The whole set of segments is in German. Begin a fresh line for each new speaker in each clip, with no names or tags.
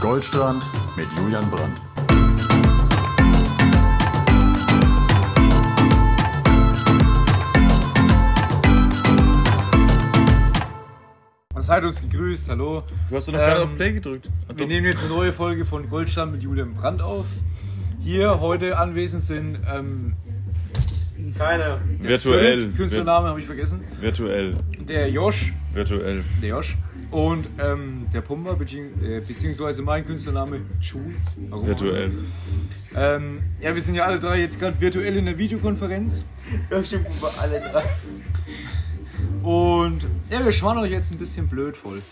Goldstrand mit Julian Brandt.
Und seid uns gegrüßt, hallo.
Du hast doch noch
Ähm,
gerade auf Play gedrückt.
Wir nehmen jetzt eine neue Folge von Goldstand mit Julian Brandt auf. Hier heute anwesend sind ähm,
virtuell.
Spirit, Künstlername habe ich vergessen.
Vir- Virtuell.
Der Josh,
Virtuell.
der Josh und ähm, der Pumba bezieh- äh, beziehungsweise mein Künstlername Jules. Warum auch immer.
Virtuell.
Ähm, ja, wir sind ja alle drei jetzt gerade virtuell in der Videokonferenz.
Ja, stimmt, wo wir alle drei.
Und ja, wir schwanen euch jetzt ein bisschen blöd voll.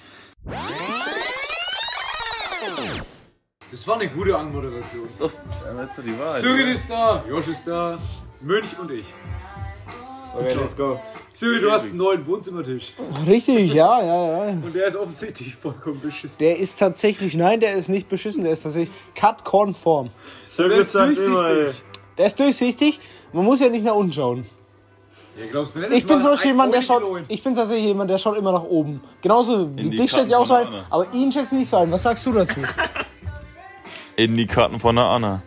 Das war eine gute Anmoderation.
Das ist doch, das ist doch die Wahrheit.
Syrien ist da, Josh ist da, Mönch und ich.
Okay, let's go.
Syrien, du hast einen neuen Wohnzimmertisch.
Richtig, ja, ja, ja.
Und der ist offensichtlich vollkommen beschissen.
Der ist tatsächlich, nein, der ist nicht beschissen, der ist tatsächlich cut-konform.
Der ist
halt
durchsichtig.
Der ist durchsichtig, man muss ja nicht nach unten schauen.
Ja, glaubst du nicht,
Ich
das
bin
war
zum Beispiel
ein
jemand, der
Euro
schaut,
gelohnt.
ich bin tatsächlich jemand, der schaut immer nach oben. Genauso wie
die
dich schätze ich auch so
Karten von
ein,
Anna.
aber ihn schätze ich nicht so ein. Was sagst du dazu?
In die Karten von der Anna.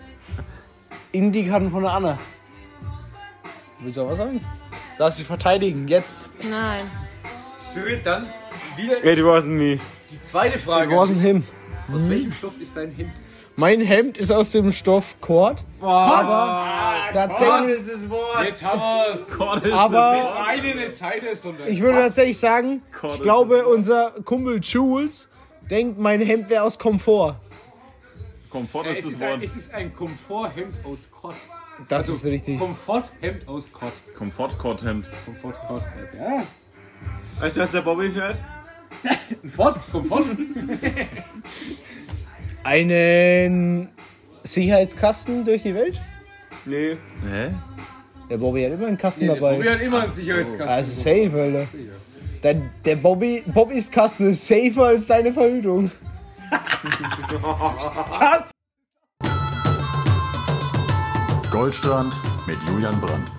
In die Karten von der Anna. Willst du auch was sagen? Darfst dich verteidigen, jetzt.
Nein.
Syrien, dann wieder
It wasn't me.
die zweite Frage.
Wo ist ein Hemd?
Aus welchem Stoff ist dein Hemd?
Mein Hemd ist aus dem Stoff Kord. aber tatsächlich,
Jetzt haben wir's.
aber
Eine der Zeit ist und
Ich würde tatsächlich sagen, ich glaube, unser Kumpel Jules denkt, mein Hemd wäre aus Komfort.
Komfort
es
ist
ist
das
halt-
ein, es
Wort.
ist ein Komforthemd aus Kott.
Das ist richtig.
Komforthemd aus Kott.
Komfortkorthemd.
Komfort, Kott. Ja.
Weißt du, was der Bobby fährt?
Ein Fort, Komfort.
Einen Sicherheitskasten durch die Welt?
Nee.
Hä?
Der Bobby hat immer einen Kasten
Wir
dabei.
haben immer einen Sicherheitskasten.
Also safe, Alter. Der, der Bobby, Bobbys Kasten ist safer als deine Verhütung.
Goldstrand mit Julian Brandt.